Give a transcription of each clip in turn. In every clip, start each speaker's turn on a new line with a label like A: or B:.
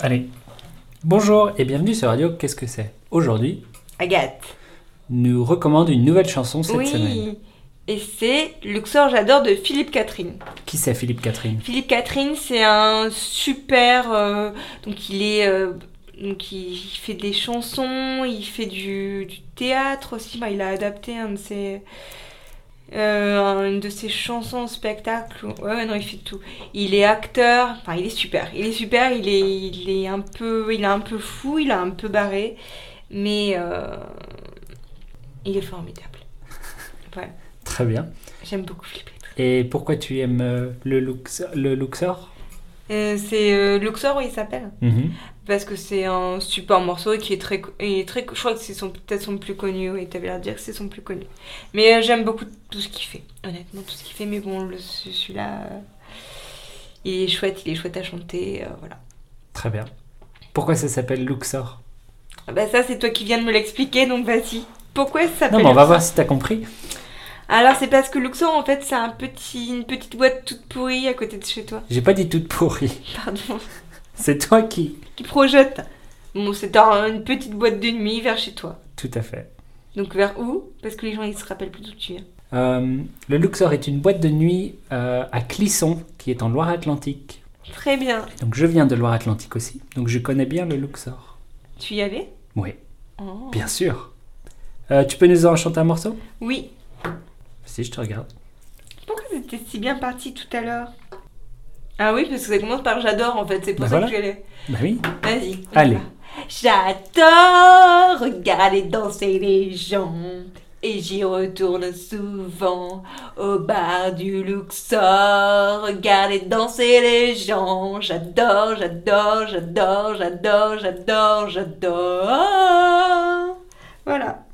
A: Allez. Bonjour et bienvenue sur Radio Qu'est-ce que c'est Aujourd'hui,
B: Agathe.
A: nous recommande une nouvelle chanson cette
B: oui.
A: semaine.
B: Et c'est Luxor, j'adore de Philippe Catherine.
A: Qui c'est Philippe Catherine
B: Philippe Catherine, c'est un super. euh, donc il est. euh, donc il il fait des chansons, il fait du, du théâtre aussi. Bah, il a adapté un de ses. euh, une de ses chansons en spectacle. Ouais, ouais, non, il fait tout. Il est acteur. Enfin, il est super. Il est super. Il est, il est un peu, il est un peu fou. Il est un peu barré, mais euh, il est formidable.
A: Très bien.
B: J'aime beaucoup Philippe.
A: Et pourquoi tu aimes euh, le, Lux- le Luxor
B: Euh, c'est euh, Luxor, oui, il s'appelle.
A: Mhm.
B: Parce que c'est un super morceau et qui est très. co- Et très co- je crois que c'est son- peut-être son plus connu, et t'avais l'air de dire que c'est son plus connu. Mais euh, j'aime beaucoup tout ce qu'il fait, honnêtement, tout ce qu'il fait. Mais bon, le- ce- celui-là, euh, il est chouette, il est chouette à chanter, euh, voilà.
A: Très bien. Pourquoi ça s'appelle Luxor
B: Ah Bah, ça, c'est toi qui viens de me l'expliquer, donc vas-y. Pourquoi ça s'appelle
A: Non, mais on va
B: Luxor
A: voir si t'as compris.
B: Alors, c'est parce que Luxor, en fait, c'est un petit, une petite boîte toute pourrie à côté de chez toi.
A: J'ai pas dit toute pourrie.
B: Pardon.
A: C'est toi qui.
B: qui projette. Bon, c'est dans une petite boîte de nuit vers chez toi.
A: Tout à fait.
B: Donc vers où Parce que les gens ils se rappellent plus d'où tu viens.
A: Euh, le Luxor est une boîte de nuit euh, à Clisson, qui est en Loire-Atlantique.
B: Très bien.
A: Donc je viens de Loire-Atlantique aussi, donc je connais bien le Luxor.
B: Tu y allais
A: Oui,
B: Oh.
A: bien sûr. Euh, tu peux nous en chanter un morceau
B: Oui.
A: Si, je te regarde.
B: Pourquoi c'était si bien parti tout à l'heure Ah oui, parce que ça commence par j'adore en fait. C'est pour
A: Bah
B: ça
A: voilà.
B: que j'allais.
A: Bah oui.
B: Vas-y. on y
A: Allez.
B: va. J'adore regarder danser les gens. Et j'y retourne souvent au bar du Luxor. Regarder danser les gens. J'adore, j'adore, j'adore, j'adore, j'adore, j'adore. Voilà.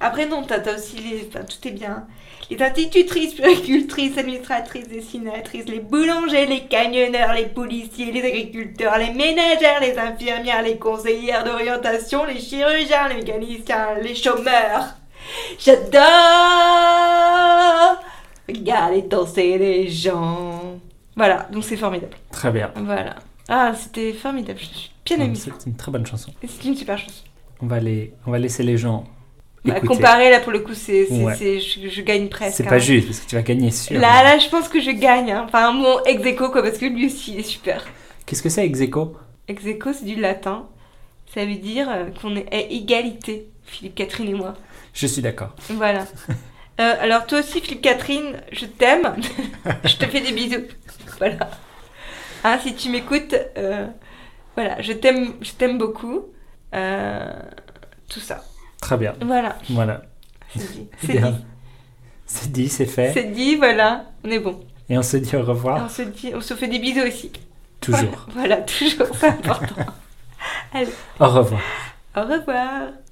B: Après, non, t'as t'as aussi les. Enfin, tout est bien. Les institutrices, puricultrices, administratrices, dessinatrices, les boulangers, les camionneurs, les policiers, les agriculteurs, les ménagères, les infirmières, les conseillères d'orientation, les chirurgiens, les mécaniciens, les chômeurs. J'adore Regardez danser les gens. Voilà, donc c'est formidable.
A: Très bien.
B: Voilà. Ah, c'était formidable. Je suis bien
A: Donc,
B: aimée.
A: C'est une très bonne chanson.
B: Et C'est une super chanson.
A: On va, les, on va laisser les gens
B: Bah,
A: écouter.
B: comparé, là, pour le coup, c'est, c'est-
A: Ouais.
B: c'est- je, je gagne presque.
A: C'est
B: hein.
A: pas juste, parce que tu vas gagner sûr.
B: Là, là, je pense que je gagne. hein. Enfin, mon ex aequo, quoi, parce que lui aussi, il est super.
A: Qu'est-ce que c'est ex aequo
B: Ex aequo, c'est du latin. Ça veut dire euh, qu'on est à égalité, Philippe Catherine et moi.
A: Je suis d'accord.
B: Voilà. Euh, alors, toi aussi, Philippe Catherine, je t'aime. je te fais des bisous. Voilà. Hein, si tu m'écoutes, euh, voilà, je t'aime, je t'aime beaucoup. Euh, tout ça.
A: Très bien.
B: Voilà,
A: Voilà.
B: c'est dit. C'est
A: Bien.
B: dit.
A: C'est dit, c'est fait.
B: C'est dit, voilà, on est bon.
A: Et on se dit au revoir.
B: On se dit, on se fait des bisous aussi.
A: Ah. Toujours.
B: Voilà, voilà, toujours, c'est important.
A: Au revoir.
B: Au revoir.